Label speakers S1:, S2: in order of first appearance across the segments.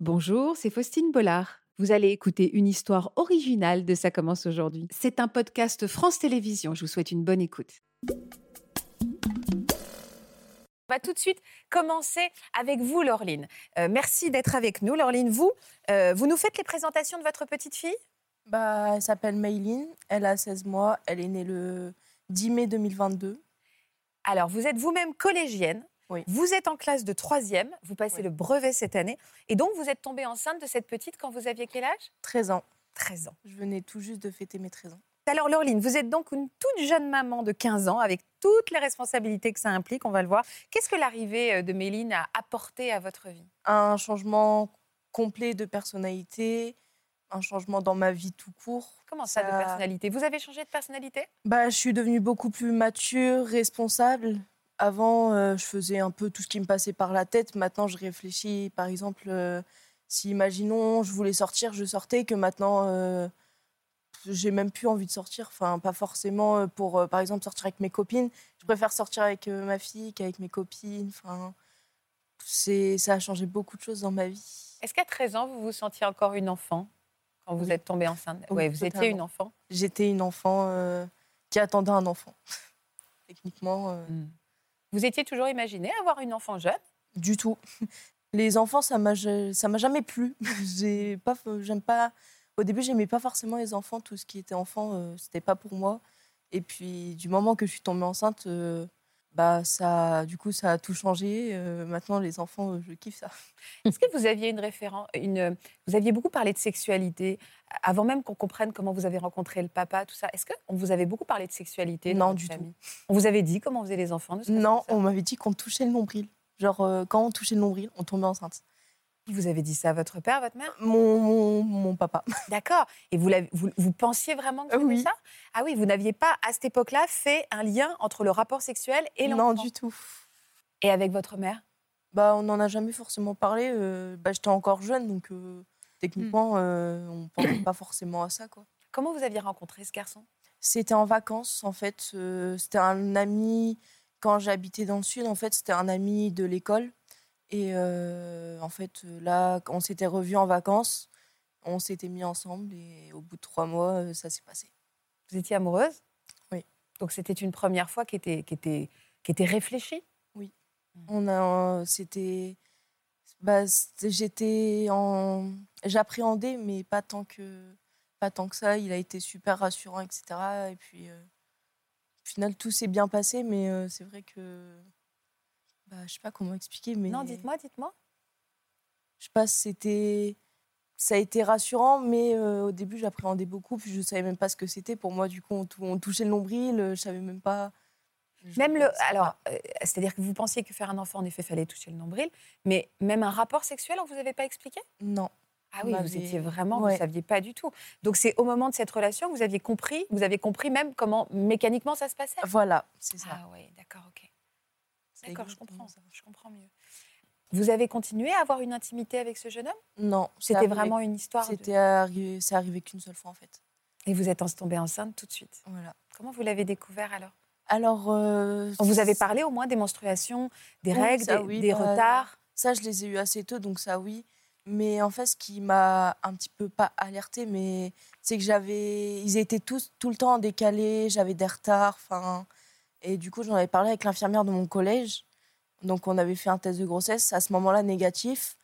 S1: Bonjour, c'est Faustine Bollard. Vous allez écouter une histoire originale de Ça commence aujourd'hui. C'est un podcast France Télévisions. Je vous souhaite une bonne écoute.
S2: On va tout de suite commencer avec vous, Laureline. Euh, merci d'être avec nous. Laureline, vous, euh, vous nous faites les présentations de votre petite fille
S3: Bah, elle s'appelle Mayline, elle a 16 mois, elle est née le 10 mai 2022.
S2: Alors, vous êtes vous-même collégienne.
S3: Oui.
S2: Vous êtes en classe de troisième, vous passez
S3: Oui.
S2: le brevet cette année, et donc vous êtes tombée enceinte de cette petite quand vous aviez quel âge
S3: 13 ans.
S2: 13 ans.
S3: Je venais tout juste de fêter mes 13 ans.
S2: Alors Laureline, vous êtes donc une toute jeune maman de 15 ans, avec toutes les responsabilités que ça implique, on va le voir. Qu'est-ce que l'arrivée euh, de Méline a apporté à votre vie
S3: Un changement complet de personnalité, un changement dans ma vie tout court.
S2: Comment ça, de
S3: Ça-
S2: personnalité Vous avez changé de personnalité
S3: Bah, je suis devenue beaucoup plus mature, responsable. Avant, euh, je faisais un peu tout ce qui me passait par la tête. Maintenant, je réfléchis. Par exemple, euh, si imaginons, je voulais sortir, je sortais, que maintenant, euh, j'ai même plus envie de sortir. Enfin, pas forcément euh, pour, euh, par exemple, sortir avec mes copines. Je préfère sortir avec euh, ma fille qu'avec mes copines. Enfin, c'est, ça a changé beaucoup de choses dans ma vie.
S2: Est-ce qu'à 13 ans, vous vous sentiez encore une enfant quand vous
S3: Oui.
S2: êtes tombée enceinte
S3: Oui,
S2: Ouais, vous étiez
S3: Oh, totalement.
S2: une enfant.
S3: J'étais une enfant euh, qui attendait un enfant. Techniquement. euh,
S2: Vous étiez toujours imaginé avoir une enfant jeune
S3: Du tout. Les enfants, ça m'a ja- ça m'a jamais plu. J'ai pas, j'aime pas. Au début, j'aimais pas forcément les enfants. Tout ce qui était enfant, euh, c'était pas pour moi. Et puis, du moment que je suis tombée enceinte, euh, bah ça, du coup, ça a tout changé. Euh, maintenant, les enfants, euh, je kiffe ça.
S2: Est-ce que vous aviez une référence une... Vous aviez beaucoup parlé de sexualité, avant même qu'on comprenne comment vous avez rencontré le papa, tout ça. Est-ce qu'on vous avait beaucoup parlé de sexualité dans
S3: Non,
S2: votre
S3: du tout.
S2: famille On vous avait dit comment on faisait les enfants ne serait-ce que
S3: Non,
S2: ça
S3: on m'avait dit qu'on touchait le nombril. Genre, euh, quand on touchait le nombril, on tombait enceinte.
S2: Qui Vous avez dit ça à votre père, à votre mère
S3: Mon, mon, mon papa.
S2: D'accord. Et vous, l'avez- vous, vous pensiez vraiment que
S3: Euh,
S2: c'était
S3: oui.
S2: ça Ah oui, vous n'aviez pas, à cette époque-là, fait un lien entre le rapport sexuel et l'enfant.
S3: non, du tout.
S2: Et avec votre mère
S3: Bah, on n'en a jamais forcément parlé. euh, bah, j'étais encore jeune, donc euh, techniquement, euh, on ne pensait pas forcément à ça. quoi.
S2: Comment vous aviez rencontré ce garçon
S3: C'était en vacances, en fait. euh, c'était un ami, quand j'habitais dans le sud, en fait, c'était un ami de l'école. Et euh, en fait, euh, là, on s'était revus en vacances, on s'était mis ensemble, et au bout de trois mois, euh, ça s'est passé.
S2: Vous étiez amoureuse
S3: Oui.
S2: Donc c'était une première fois qui était, qui était, qui était réfléchie
S3: On a, euh, c'était, bah, c'était- j'étais en, j'appréhendais, mais pas tant que, pas tant que ça. Il a été super rassurant, etc. Et puis, euh, au final, tout s'est bien passé, mais euh, c'est vrai que, bah, je sais pas comment expliquer, mais
S2: Non, dites-moi, dites-moi.
S3: Je sais pas, c'était, ça a été rassurant, mais euh, au début, j'appréhendais beaucoup, puis je savais même pas ce que c'était. Pour moi, du coup, on, tou- on touchait le nombril, euh, je savais même pas. je
S2: Même le,
S3: connaissais
S2: alors, euh, c'est-à-dire que vous pensiez que faire un enfant, en effet, fallait toucher le nombril, mais même un rapport sexuel, on vous avait pas expliqué
S3: pas. Non.
S2: Ah oui,
S3: On
S2: vous
S3: m'avait-
S2: étiez vraiment, vous
S3: ouais.
S2: saviez pas du tout. Donc c'est au moment de cette relation, que vous aviez compris, vous avez compris même comment mécaniquement ça se passait.
S3: Voilà, Ah c'est ça.
S2: Ah oui, d'accord, ok.
S3: C'est
S2: D'accord, je
S3: exactement
S2: comprends,
S3: ça.
S2: je comprends mieux. Vous avez continué à avoir une intimité avec ce jeune homme
S3: Non, c'est
S2: C'était
S3: arrivé-
S2: vraiment une histoire. de-
S3: C'était arrivé, c'est arrivé qu'une seule fois en fait.
S2: Et vous êtes en- tombée enceinte tout de suite.
S3: Voilà.
S2: Comment vous l'avez découvert alors
S3: Alors, euh,
S2: On vous avait parlé au moins des menstruations, des
S3: Oui,
S2: règles,
S3: ça,
S2: des,
S3: oui,
S2: des
S3: bah,
S2: retards.
S3: ça, je les ai eu assez tôt, donc ça oui. Mais en fait, ce qui m'a un petit peu pas alertée, mais c'est que j'avais, ils étaient tous tout le temps décalés, j'avais des retards, enfin. Et du coup, j'en avais parlé avec l'infirmière de mon collège. Donc, on avait fait un test de grossesse, à ce moment-là négatif.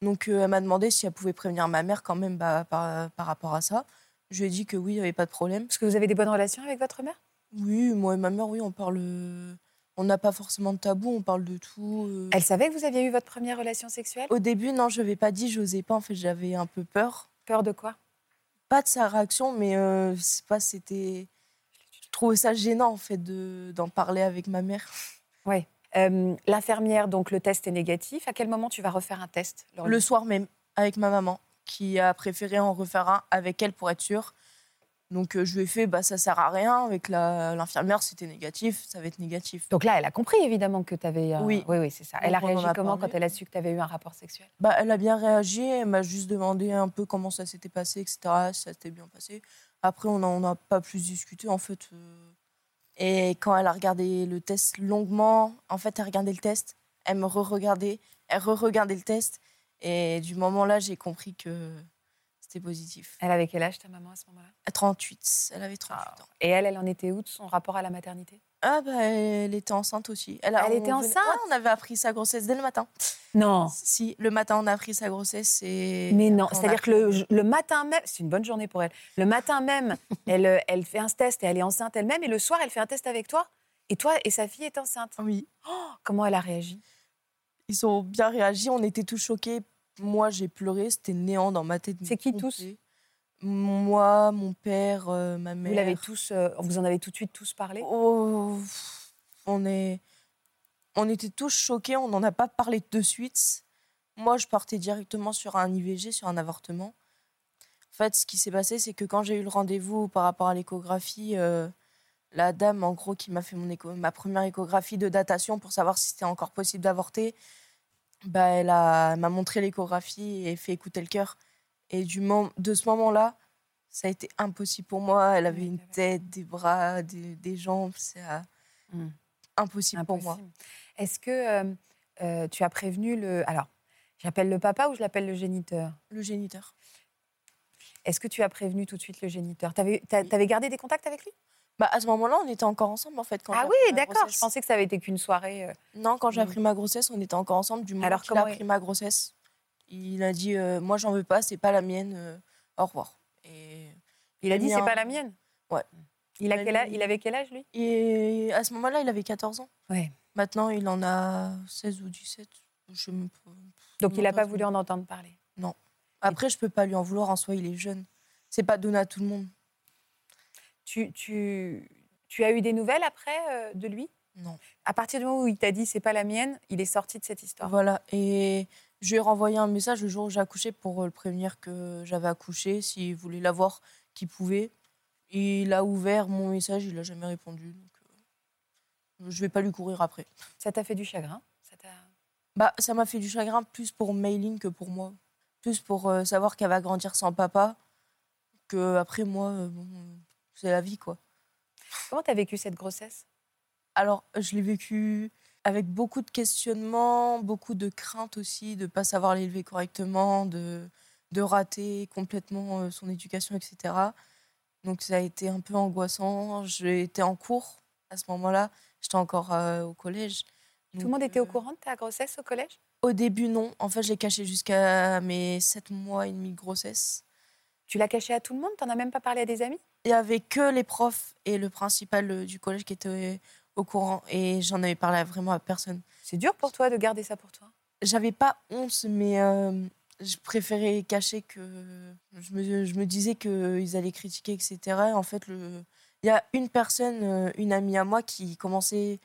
S3: Donc, euh, elle m'a demandé si elle pouvait prévenir ma mère quand même bah, par, par rapport à ça. Je lui ai dit que oui, il n'y avait pas de problème.
S2: Parce que vous avez des bonnes relations avec votre mère
S3: Oui, moi et ma mère, oui, on parle. euh, On n'a pas forcément de tabou, on parle de tout. euh.
S2: Elle savait que vous aviez eu votre première relation sexuelle
S3: Au début, non, je n'avais pas dit, j'osais pas. En fait, j'avais un peu peur.
S2: Peur de quoi
S3: Pas de sa réaction, mais euh, je sais pas, c'était. Je trouvais ça gênant, en fait, de- d'en parler avec ma mère.
S2: Euh, L'infirmière, donc le test est négatif. À quel moment tu vas refaire un test Laurie
S3: Le soir même, avec ma maman, qui a préféré en refaire un avec elle pour être sûre. Donc, euh, je lui ai fait, bah, ça sert à rien. Avec la- l'infirmière, c'était négatif, ça va être négatif.
S2: Donc là, elle a compris évidemment que tu avais.
S3: Oui.
S2: oui, oui, c'est ça. Elle a
S3: Donc, on en
S2: réagi
S3: a
S2: comment
S3: parlé.
S2: quand elle a su que tu avais eu un rapport sexuel
S3: Bah, elle a bien réagi, elle m'a juste demandé un peu comment ça s'était passé, etc. Si ça s'était bien passé. Après, on n'en a pas plus discuté, en fait. euh. Et quand elle a regardé le test longuement, en fait, elle regardait le test, elle me re-regardait, elle re-regardait le test. Et du moment là, j'ai compris que c'était positif.
S2: Elle avait quel âge ta maman à ce moment-là
S3: À 38, elle avait 38
S2: Ah.
S3: ans.
S2: Et elle, elle en était où de son rapport à la maternité
S3: Ah bah elle était enceinte aussi. a-
S2: Elle
S3: on
S2: était
S3: venait-
S2: enceinte
S3: Ouais, On avait appris sa grossesse dès le matin.
S2: Non.
S3: Si, le matin on a appris sa grossesse et...
S2: Mais non,
S3: après, on a-
S2: c'est-à-dire que le, le matin même, c'est une bonne journée pour elle. Le matin même, elle, euh, elle fait un test et elle est enceinte elle-même. Et le soir, elle fait un test avec toi. Et toi et sa fille est enceinte.
S3: Oui,
S2: Comment elle a réagi
S3: ils ont bien réagi, on était tous choqués. Moi j'ai pleuré, c'était néant dans ma tête. mais
S2: C'est qui tous
S3: complet. Moi, mon père, euh, ma mère.
S2: Vous l'avez tous, euh, vous en avez tout de suite tous parlé.
S3: Oh, pff, on, est... on était tous choqués, on n'en a pas parlé de suite. Moi, je partais directement sur un IVG, sur un avortement. En fait, ce qui s'est passé, c'est que quand j'ai eu le rendez-vous par rapport à l'échographie, euh, la dame, en gros, qui m'a fait mon écho- ma première échographie de datation pour savoir si c'était encore possible d'avorter, bah, elle a- elle m'a montré l'échographie et fait écouter le cœur. Et du mom- de ce moment-là, ça a été impossible pour moi. Elle avait
S2: Oui,
S3: une
S2: t'avais-
S3: tête, des bras, des, des jambes. C'est euh,
S2: Mm.
S3: impossible, pour moi.
S2: Impossible. Est-ce que euh, euh, tu as prévenu le Alors, j'appelle le papa ou je l'appelle le géniteur
S3: Le géniteur.
S2: Est-ce que tu as prévenu tout de suite le géniteur T'avais t'as-
S3: Oui.
S2: t'avais gardé des contacts avec lui
S3: Bah, à ce moment-là, on était encore ensemble, en fait. Quand j'ai
S2: Ah
S3: appris
S2: oui,
S3: ma
S2: d'accord. Je
S3: grossesse.
S2: pensais que ça avait été qu'une soirée. euh.
S3: Non, quand j'ai
S2: Mm.
S3: appris ma grossesse, on était encore ensemble. Du moment
S2: Alors,
S3: Alors, qu'il a
S2: comment est-
S3: appris ma grossesse, il a dit euh, Moi, j'en veux pas, c'est pas la mienne, euh, au revoir. Et,
S2: Il a dit
S3: mis
S2: c'est
S3: un-
S2: pas la mienne.
S3: Ouais.
S2: Il, a
S3: Il a
S2: quel âge-
S3: mis-
S2: il avait quel âge Bah, lui
S3: et à ce moment-là, il avait 14 ans.
S2: Ouais.
S3: Maintenant, il en a 16 ou 17. Je sais même pas.
S2: Donc
S3: Non,
S2: il n'a
S3: pas
S2: pas
S3: trop.
S2: voulu en entendre parler.
S3: Après, je peux pas lui en vouloir, en soi, il est jeune. C'est pas donné à tout le monde.
S2: Tu, tu, tu as eu des nouvelles après euh, de lui
S3: Non.
S2: À partir du moment où il t'a dit c'est pas la mienne, il est sorti de cette histoire.
S3: Voilà. Et je lui ai renvoyé un message le jour où j'ai accouché pour euh, le prévenir que j'avais accouché, s'il voulait l'avoir, qu'il pouvait. Il a ouvert mon message, il n'a jamais répondu. Donc, euh, je vais pas lui courir après.
S2: Ça t'a fait du chagrin Ça t'a-
S3: Bah, ça m'a fait du chagrin plus pour Mayline que pour moi. Plus pour euh, savoir qu'elle va grandir sans papa. Que après moi, euh, bon, c'est la vie quoi.
S2: Comment t'as vécu cette grossesse
S3: Alors, je l'ai vécu avec beaucoup de questionnements, beaucoup de craintes aussi, de ne pas savoir l'élever correctement, de, de rater complètement euh, son éducation, etc. Donc, ça a été un peu angoissant. J'étais en cours à ce moment-là. J'étais encore euh, au collège.
S2: Tout le
S3: Donc,
S2: monde était au
S3: euh,
S2: courant de ta grossesse au collège
S3: Au début, non. En fait, je l'ai caché jusqu'à mes 7 mois et demi de grossesse.
S2: Tu l'as caché à tout le monde T'en as même pas parlé à des amis
S3: Il n'y avait que les profs et le principal euh, du collège qui étaient au courant. Et j'en avais parlé à vraiment à personne.
S2: C'est dur pour toi de garder ça pour toi.
S3: j'avais pas honte, mais euh, je préférais cacher que je me, je me disais qu'ils allaient critiquer, etc. En fait, le... il y a une personne, euh, une amie à moi, qui commençait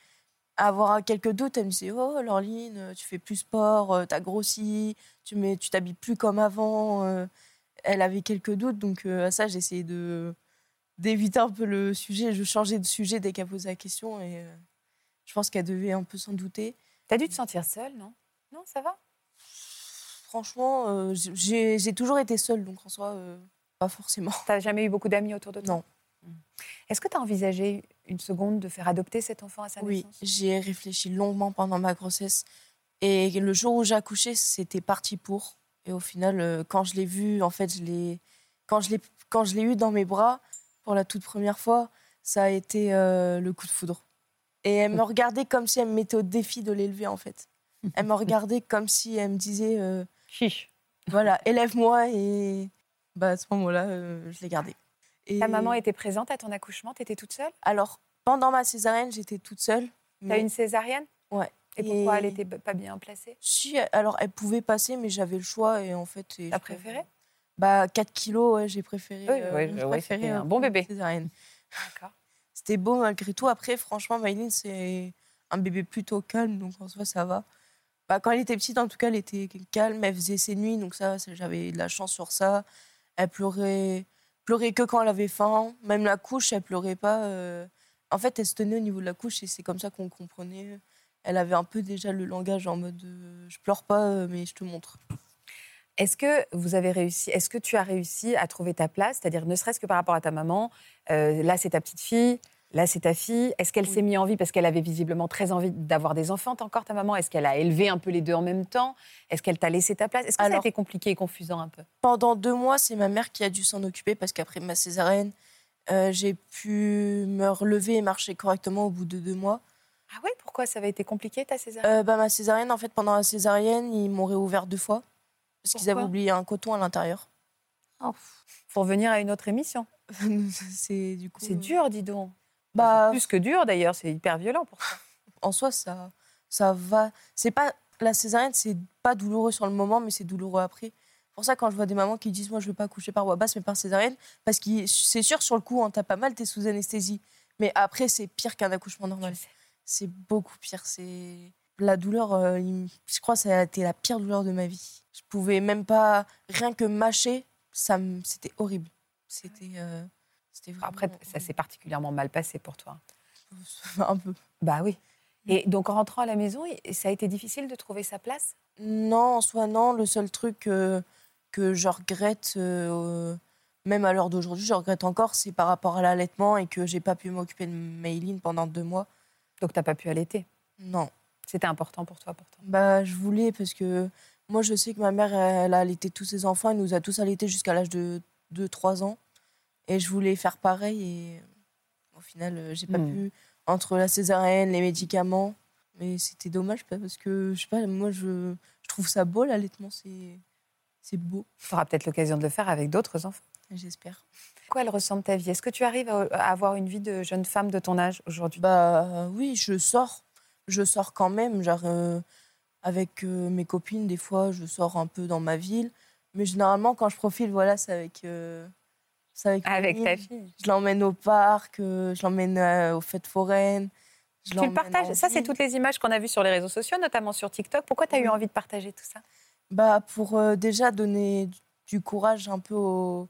S3: à avoir quelques doutes. Elle me disait Oh, Laureline, euh, tu fais plus sport, euh, t'as grossi, tu mets- tu t'habilles plus comme avant. euh. Elle avait quelques doutes, donc euh, à ça, j'essayais de d'éviter un peu le sujet. Je changeais de sujet dès qu'elle posait la question et euh, je pense qu'elle devait un peu s'en douter.
S2: T'as dû te sentir seule, non Non, ça va
S3: Franchement, euh, j- j'ai j'ai toujours été seule, donc en soi, euh, pas forcément.
S2: T'as jamais eu beaucoup d'amis autour de toi Mmh.
S3: Non.
S2: Est-ce que t'as envisagé une seconde de faire adopter cet enfant à sa
S3: Oui,
S2: naissance
S3: j'ai réfléchi longuement pendant ma grossesse. Et le jour où j'ai accouché, c'était parti pour. Et au final, euh, quand je l'ai vu, en fait, je l'ai, quand je l'ai, quand je l'ai eu dans mes bras pour la toute première fois, ça a été euh, le coup de foudre. Et elle
S2: Oh.
S3: me regardait comme si elle me mettait au défi de l'élever, en fait. Elle me regardait comme si elle me disait, euh,
S2: Chiche.
S3: voilà, élève-moi. Et bah, à ce moment-là, euh, je l'ai gardé. Et...
S2: Ta maman était présente à ton accouchement T'étais toute seule
S3: Alors, pendant ma césarienne, j'étais toute seule.
S2: T'as
S3: mais-
S2: une césarienne
S3: Ouais.
S2: Et pourquoi
S3: Et-
S2: elle était b- pas bien placée
S3: Si, alors elle pouvait passer, mais j'avais le choix et en fait. et
S2: T'as
S3: je-
S2: préféré
S3: Bah, 4 kilos, ouais, j'ai préféré.
S2: Oui, ouais,
S3: j'ai
S2: ouais,
S3: préféré,
S2: c'était un
S3: euh,
S2: bon bébé.
S3: Césarienne.
S2: D'accord.
S3: C'était beau malgré tout. Après, franchement, Maïline, c'est un bébé plutôt calme, donc en soi, ça va. Bah, quand elle était petite, en tout cas, elle était calme, elle faisait ses nuits, donc ça, ça, j'avais de la chance sur ça. Elle pleurait, pleurait que quand elle avait faim. Même la couche, elle pleurait pas. euh, En fait, elle se tenait au niveau de la couche et c'est comme ça qu'on comprenait. Elle avait un peu déjà le langage en mode euh, je pleure pas, euh, mais je te montre.
S2: Est-ce que vous avez réussi Est-ce que tu as réussi à trouver ta place C'est-à-dire, ne serait-ce que par rapport à ta maman, euh, là c'est ta petite fille, Là, c'est ta fille. Est-ce qu'elle s'est mise en vie parce qu'elle avait visiblement très envie d'avoir des enfants T'as encore ta maman Est-ce qu'elle a élevé un peu les deux en même temps Est-ce qu'elle t'a laissé ta place Est-ce que ça a
S3: Alors-
S2: été compliqué et confusant un peu
S3: Pendant deux mois, c'est ma mère qui a dû s'en occuper parce qu'après ma césarienne, euh, j'ai pu me relever et marcher correctement au bout de deux mois.
S2: Ah ouais, pourquoi ça avait été compliqué ta césarienne
S3: Euh, bah, ma césarienne, en fait, pendant la césarienne, ils m'ont réouvert deux fois parce qu'ils avaient
S2: Pourquoi
S3: oublié un coton à l'intérieur.
S2: Euh, Pour venir à une autre émission.
S3: c'est du coup. euh,
S2: C'est dur, dis donc.
S3: Bah,
S2: C'est plus que dur d'ailleurs, c'est hyper violent pour toi.
S3: en soi, ça, ça va. C'est pas la césarienne, c'est pas douloureux sur le moment, mais c'est douloureux après. Pour ça, quand je vois des mamans qui disent, moi, je veux pas coucher par voie basse, mais par césarienne, parce que c'est sûr sur le coup, hein, t'as pas mal, t'es sous anesthésie, mais après, c'est pire qu'un accouchement normal. C'est beaucoup pire. C'est la douleur. euh, il me- Je crois que ça a été la pire douleur de ma vie. Je pouvais même pas rien que mâcher. Ça, me- c'était horrible. C'était, euh, c'était vraiment
S2: Après, ça s'est particulièrement mal passé pour toi.
S3: horrible. un peu.
S2: Bah oui. Et donc en rentrant à la maison, et- ça a été difficile de trouver sa place
S3: Non, en soi, non. Le seul truc euh, que je regrette, euh, euh, même à l'heure d'aujourd'hui, je regrette encore, c'est par rapport à l'allaitement et que j'ai pas pu m'occuper de Mayline pendant deux mois.
S2: Donc t'as pas pu allaiter.
S3: Non.
S2: C'était important pour toi pourtant.
S3: Bah, je voulais parce que moi, je sais que ma mère, elle a allaité tous ses enfants. Elle nous a tous allaités jusqu'à l'âge de 2-3 ans. Et je voulais faire pareil. Et au final, euh, j'ai pas
S2: Hmm.
S3: pu. Entre la césarienne, les médicaments. Mais c'était dommage parce que, je sais pas, moi, je, je trouve ça beau, l'allaitement. C'est, c'est beau,
S2: Tu auras peut-être l'occasion de le faire avec d'autres enfants.
S3: j'espère.
S2: À quoi elle ressemble ta vie Est-ce que tu arrives à à avoir une vie de jeune femme de ton âge aujourd'hui
S3: Bah oui, je sors. Je sors quand même. Genre, euh, avec euh, mes copines, des fois, je sors un peu dans ma ville. Mais généralement, quand je profile, voilà, c'est avec. euh, c'est avec,
S2: Avec ta
S3: Mimi.
S2: fille.
S3: Je l'emmène au parc, euh, je l'emmène euh, aux fêtes foraines. je
S2: Tu le
S3: l'emmène
S2: partages.
S3: en
S2: Ça, c'est
S3: ville.
S2: toutes les images qu'on a vues sur les réseaux sociaux, notamment sur TikTok. Pourquoi tu as eu
S3: Oui.
S2: envie de partager tout ça
S3: Bah, pour euh, déjà donner du- du courage un peu aux,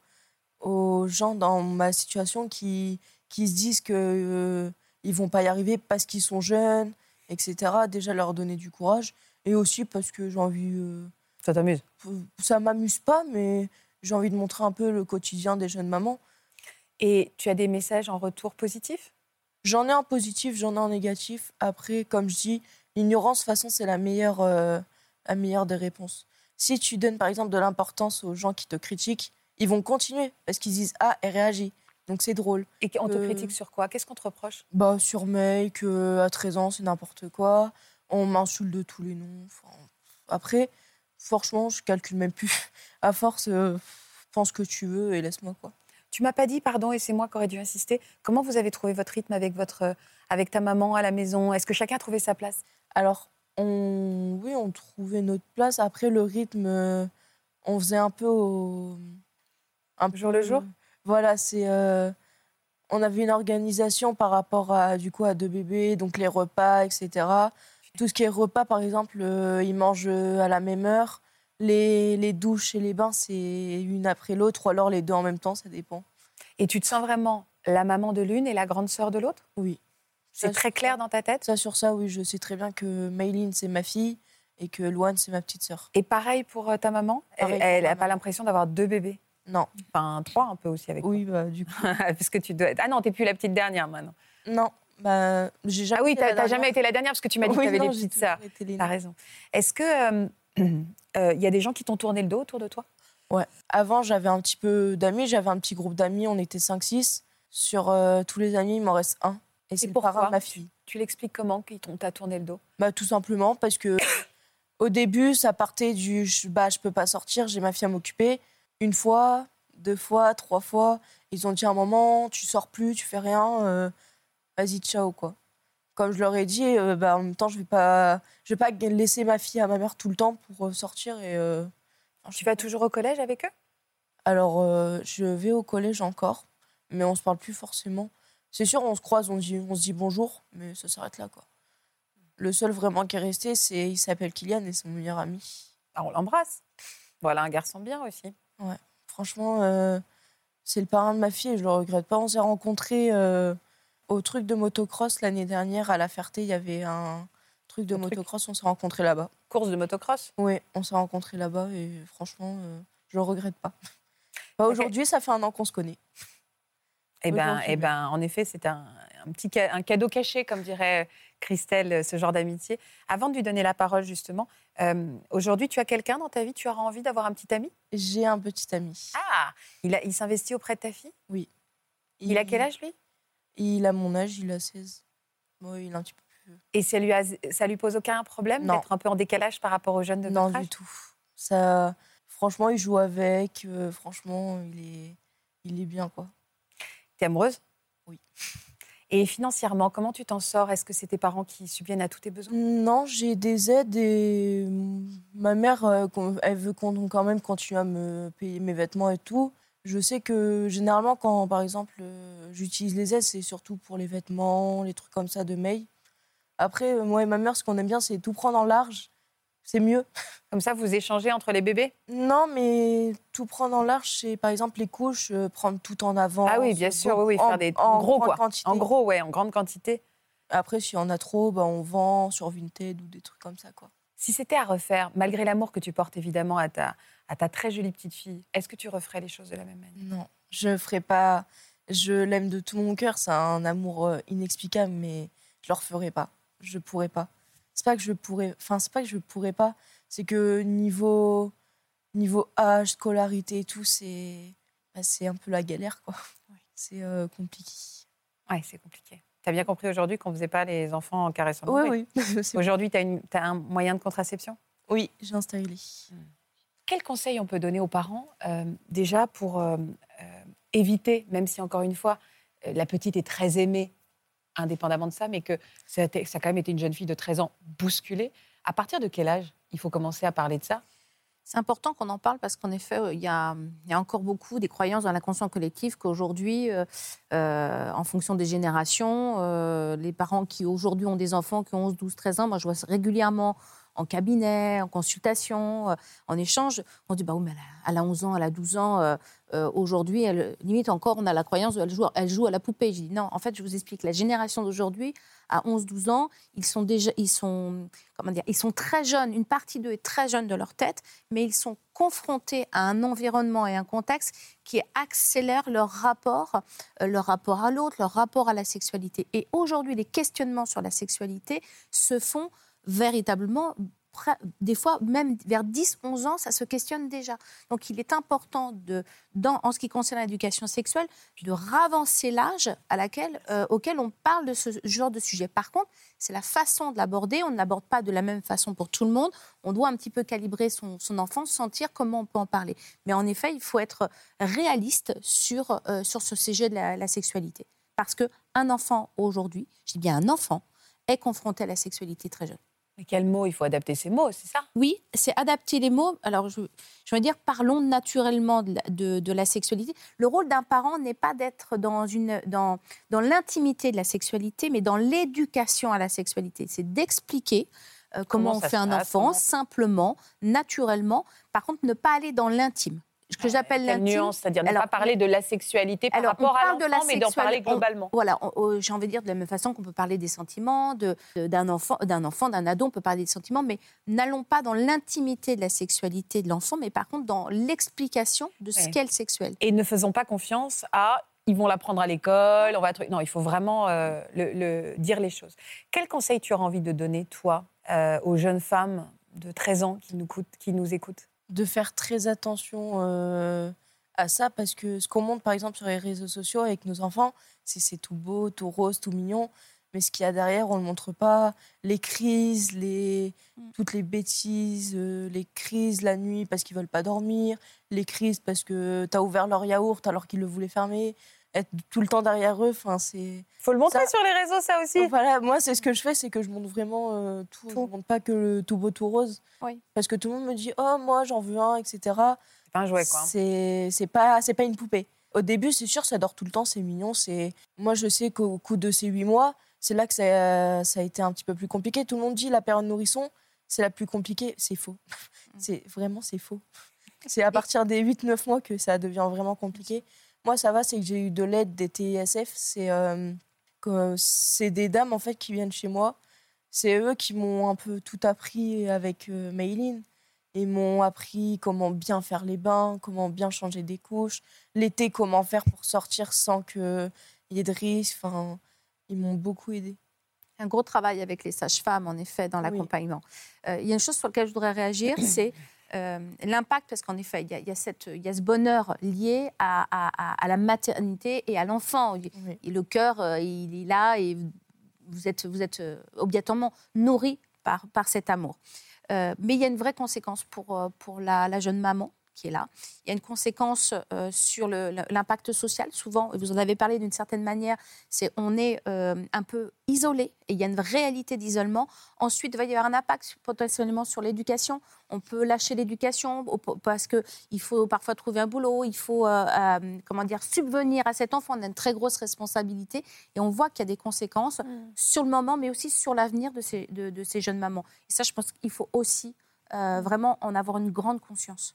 S3: aux gens dans ma situation qui, qui se disent que euh, ils vont pas y arriver parce qu'ils sont jeunes, etc. Déjà leur donner du courage et aussi parce que j'ai envie. euh,
S2: Ça t'amuse
S3: ça m'amuse pas, mais j'ai envie de montrer un peu le quotidien des jeunes mamans.
S2: Et tu as des messages en retour positifs
S3: J'en ai en positif, j'en ai en négatif. Après, comme je dis, l'ignorance, de toute façon, c'est la meilleure, euh, la meilleure des réponses. Si tu donnes, par exemple, de l'importance aux gens qui te critiquent, ils vont continuer parce qu'ils disent Ah, elle réagit. Donc c'est drôle.
S2: Et on te
S3: Euh.
S2: critique sur quoi Qu'est-ce qu'on te reproche
S3: Bah, sur mail, que à 13 ans, c'est n'importe quoi. On m'insulte de tous les noms. Enfin, après, franchement, je calcule même plus. À force, euh, pense ce que tu veux et laisse-moi quoi.
S2: Tu m'as pas dit, pardon, et c'est moi qui aurais dû insister. Comment vous avez trouvé votre rythme avec, votre, euh, avec ta maman à la maison Est-ce que chacun a trouvé sa place
S3: Alors, on, oui, on trouvait notre place. Après, le rythme, euh, on faisait un peu au. Un
S2: Jour le jour
S3: Voilà, c'est. euh, on avait une organisation par rapport à, du coup, à deux bébés, donc les repas, etc. Tout ce qui est repas, par exemple, euh, ils mangent à la même heure. Les, les douches et les bains, c'est une après l'autre, ou alors les deux en même temps, ça dépend.
S2: Et tu te sens vraiment la maman de l'une et la grande sœur de l'autre
S3: Oui.
S2: C'est
S3: Ça,
S2: très
S3: sur
S2: clair dans ta tête
S3: Ça, sur ça, oui, je sais très bien que Mayline, c'est ma fille et que Loane, c'est ma petite sœur.
S2: Et pareil pour euh, ta maman
S3: Pareil pour
S2: Elle
S3: ma
S2: n'a pas
S3: maman.
S2: l'impression d'avoir deux bébés
S3: Non.
S2: Enfin, trois un peu aussi avec
S3: Oui, bah, du coup.
S2: toi. parce que tu dois être- Ah non, t'es plus la petite dernière maintenant.
S3: Non, bah, j'ai jamais.
S2: Ah oui,
S3: été la
S2: t'as t'as
S3: dernière.
S2: jamais été la dernière parce que tu m'as dit
S3: Oui,
S2: que t'avais
S3: non,
S2: des Ah.
S3: j'ai
S2: petites
S3: toujours
S2: sœurs.
S3: été les
S2: T'as raison. Est-ce que euh, euh, il y a des gens qui t'ont tourné le dos autour de toi
S3: Avant, j'avais un petit peu d'amis, j'avais un petit groupe d'amis, on était 5-6. Sur euh, tous les amis, il m'en reste un. Et c'est le
S2: pourquoi
S3: parrain de ma fille.
S2: Tu l'expliques comment qu'ils t'ont t'a tourné le dos
S3: Bah, tout simplement parce que au début, ça partait du je- bah, je peux pas sortir, j'ai ma fille à m'occuper. Une fois, deux fois, trois fois, ils ont dit à un moment, tu sors plus, tu fais rien, euh, vas-y, ciao, quoi. Comme je leur ai dit, euh, bah, en même temps, je vais pas, je vais pas laisser ma fille à ma mère tout le temps pour euh, sortir. Et, euh, enfin, je
S2: Tu
S3: sais
S2: vas
S3: pas.
S2: toujours au collège avec eux
S3: Alors, euh, je vais au collège encore, mais on se parle plus forcément. C'est sûr, on se croise, on, dit, on se dit bonjour, mais ça s'arrête là, quoi. Le seul vraiment qui est resté, c'est il s'appelle Kylian et c'est mon meilleur ami.
S2: Ah, On l'embrasse. Voilà un garçon bien aussi.
S3: Franchement, euh, c'est le parrain de ma fille et je le regrette pas. On s'est rencontrés euh, au truc de motocross l'année dernière à La Ferté. Il y avait un truc de
S2: Un truc.
S3: motocross, on s'est rencontrés là-bas.
S2: Course de motocross.
S3: Oui, on s'est rencontrés là-bas et franchement, euh, je le regrette pas. Bah, Aujourd'hui, ça fait un an qu'on se connaît.
S2: Eh
S1: Oui,
S2: ben,
S1: bon
S2: eh
S1: film.
S2: ben, en effet, c'est un, un petit ca- un cadeau caché, comme dirait euh, Christelle, ce genre d'amitié. Avant de lui donner la parole, justement, euh, aujourd'hui, tu as quelqu'un dans ta vie, tu auras envie d'avoir un petit ami
S3: J'ai un petit ami.
S2: Ah Il, a- il s'investit auprès de ta fille il, a quel âge, lui
S3: Il a mon âge, il a 16. Moi, il a un petit peu plus. vieux.
S2: Et ça lui, a- ça lui pose aucun problème
S3: Non.
S2: d'être un peu en décalage par rapport aux jeunes de
S3: non,
S2: notre
S3: du
S2: âge
S3: tout. Ça, franchement, il joue avec. euh, franchement, il est, il est bien, quoi.
S2: T'es amoureuse
S3: Oui.
S2: Et financièrement, comment tu t'en sors Est-ce que c'est tes parents qui subviennent à tous tes besoins
S3: Non, j'ai des aides et euh, ma mère, euh, qu'on- elle veut qu'on quand même continuer à me payer mes vêtements et tout. Je sais que généralement, quand par exemple euh, j'utilise les aides, c'est surtout pour les vêtements, les trucs comme ça de mail. Après, euh, moi et ma mère, ce qu'on aime bien, c'est tout prendre en large. C'est mieux.
S2: Comme ça, vous échangez entre les bébés
S3: Non, mais tout prendre en large, c'est par exemple les couches, euh, prendre tout en avant.
S2: Ah oui, bien sûr, oui, oui, faire des- en gros, quoi. En gros, ouais, en grande quantité.
S3: Après, si on a trop, bah, on vend sur Vinted ou des trucs comme ça, quoi.
S2: Si c'était à refaire, malgré l'amour que tu portes évidemment à ta, à ta très jolie petite fille, est-ce que tu referais les choses de la même manière
S3: Non, je ferai pas. Je l'aime de tout mon cœur, c'est un amour euh, inexplicable, mais je le referai pas. Je pourrais pas. C'est pas que je pourrais. Enfin, c'est pas que je pourrais pas. C'est que niveau niveau âge, scolarité et tout, c'est bah, c'est un peu la galère, quoi. C'est euh, compliqué.
S2: Ouais, c'est compliqué. Tu as bien compris aujourd'hui qu'on ne faisait pas les enfants en caressant le
S3: Oui,
S2: bébé.
S3: oui. C'est-
S2: Aujourd'hui, tu as, un moyen de contraception
S3: oui, j'ai un stylé.
S2: Quel conseil on peut donner aux parents euh, déjà pour euh, euh, éviter, même si encore une fois, euh, la petite est très aimée, indépendamment de ça, mais que ça a, été- ça a quand même été une jeune fille de 13 ans bousculée. À partir de quel âge il faut commencer à parler de ça
S4: C'est important qu'on en parle parce qu'en effet, euh, il y, a, il y a encore beaucoup des croyances dans l'inconscient collectif qu'aujourd'hui, euh, euh, en fonction des générations, euh, les parents qui aujourd'hui ont des enfants qui ont 11, 12, 13 ans, moi je vois ça régulièrement en cabinet, en consultation, euh, en échange, on dit bah oui, mais elle a, elle a 11 ans, elle a 12 ans, euh, euh, aujourd'hui, elle- limite encore, on a la croyance où elle joue, elle joue à la poupée. Je dis non, en fait, je vous explique, la génération d'aujourd'hui, à 11, 12 ans, ils sont déjà, ils sont, comment dire, ils sont très jeunes, une partie d'eux est très jeune de leur tête mais ils sont confrontés à un environnement et un contexte qui accélère leur rapport, euh, leur rapport à l'autre, leur rapport à la sexualité. Et aujourd'hui, les questionnements sur la sexualité se font véritablement, pre- des fois même vers 10-11 ans, ça se questionne déjà. Donc il est important, de, dans, en ce qui concerne l'éducation sexuelle, de ravancer l'âge à laquelle, euh, auquel on parle de ce genre de sujet. Par contre, c'est la façon de l'aborder. On ne l'aborde pas de la même façon pour tout le monde on doit un petit peu calibrer son, son enfant, sentir comment on peut en parler. Mais en effet, il faut être réaliste sur, euh, sur ce sujet de la, la sexualité. Parce qu'un enfant aujourd'hui, je dis bien un enfant, est confronté à la sexualité très jeune.
S2: Mais quel mot Il faut adapter ces mots, c'est ça
S4: Oui, c'est adapter les mots. Alors, je, je veux dire, parlons naturellement de la, de- de la sexualité. Le rôle d'un parent n'est pas d'être dans, une- dans, dans l'intimité de la sexualité, mais dans l'éducation à la sexualité. C'est d'expliquer euh,
S2: Comment
S4: comment, on
S2: ça
S4: fait
S2: se
S4: un
S2: passe,
S4: enfant,
S2: comment-
S4: simplement, naturellement. Par contre, ne pas aller dans l'intime. Ce que j'appelle
S2: Quelle
S4: l'intime,
S2: nuance, c'est-à-dire ne
S4: Alors,
S2: pas parler de la sexualité par
S4: alors, on
S2: rapport à
S4: parle de la
S2: l'enfant, mais d'en
S4: sexuali-
S2: parler
S4: on-
S2: globalement.
S4: voilà, on- on- j'ai envie de dire de la même façon qu'on peut parler des sentiments, de- de- d'un enfant, d'un enfant, d'un ado, on peut parler des sentiments, mais n'allons pas dans l'intimité de la sexualité de l'enfant, mais par contre dans l'explication de ce
S2: Ouais.
S4: qu'est le sexuel.
S2: Et ne faisons pas confiance à ils vont l'apprendre à l'école, on va... tru- Non, il faut vraiment euh, le, le- dire les choses. Quel conseil tu auras envie de donner, toi, euh, aux jeunes femmes de 13 ans qui nous, coûtent- qui nous écoutent
S3: de faire très attention euh, à ça parce que ce qu'on montre par exemple sur les réseaux sociaux avec nos enfants, c'est c'est tout beau, tout rose, tout mignon, mais ce qu'il y a derrière, on ne le montre pas. Les crises, les...
S4: Mm.
S3: toutes les bêtises, euh, les crises la nuit parce qu'ils veulent pas dormir, les crises parce que tu as ouvert leur yaourt alors qu'ils le voulaient fermer, être tout le temps derrière eux, enfin c'est...
S2: Faut le montrer
S3: Ça-
S2: sur les réseaux, ça aussi.
S3: Donc Voilà, moi, c'est ce que je fais, c'est que je montre vraiment euh, tout. Je
S4: Tout.
S3: montre pas que le tout beau, tout rose.
S4: Oui.
S3: Parce que tout le monde me dit, oh, moi, j'en veux un, etc.
S2: C'est pas un jouet, quoi. hein.
S3: C'est c'est pas c'est pas une poupée. Au début, c'est sûr, ça dort tout le temps, c'est mignon. C'est moi, je sais qu'au coup de ces huit mois, c'est là que ça, ça a été un petit peu plus compliqué. Tout le monde dit la période nourrisson, c'est la plus compliquée. C'est faux. C'est vraiment c'est faux. C'est à partir des 8-9 mois que ça devient vraiment compliqué. Moi, ça va, c'est que j'ai eu de l'aide des TISF. C'est euh, que- c'est des dames en fait qui viennent chez moi. C'est eux qui m'ont un peu tout appris avec euh, Mayline. Ils m'ont appris comment bien faire les bains, comment bien changer des couches, l'été, comment faire pour sortir sans qu'il y ait de risque. Enfin, ils m'ont beaucoup aidé.
S4: Un gros travail avec les sages-femmes, en effet, dans l'accompagnement. Euh, il y a une chose sur laquelle je voudrais réagir, c'est euh, l'impact, parce qu'en effet, il y, a, il y a cette, il y a ce bonheur lié à, à- à- à la maternité et à l'enfant. Il-
S3: Oui.
S4: et le cœur, euh, il est là et vous êtes, vous êtes euh, obligatoirement nourri par, par cet amour. Euh, mais il y a une vraie conséquence pour, euh, pour la, la jeune maman qui est là. Il y a une conséquence euh, sur le- l'impact social, souvent, et vous en avez parlé d'une certaine manière, c'est on est euh, un peu isolé et il y a une réalité d'isolement. Ensuite, il va y avoir un impact sur- potentiellement sur l'éducation. On peut lâcher l'éducation au- po- parce que il faut parfois trouver un boulot, il faut euh, euh, comment dire subvenir à cet enfant. On a une très grosse responsabilité et on voit qu'il y a des conséquences sur le moment, mais aussi sur l'avenir de ces, de, de ces jeunes mamans. Et ça, je pense qu'il faut aussi euh, vraiment en avoir une grande conscience.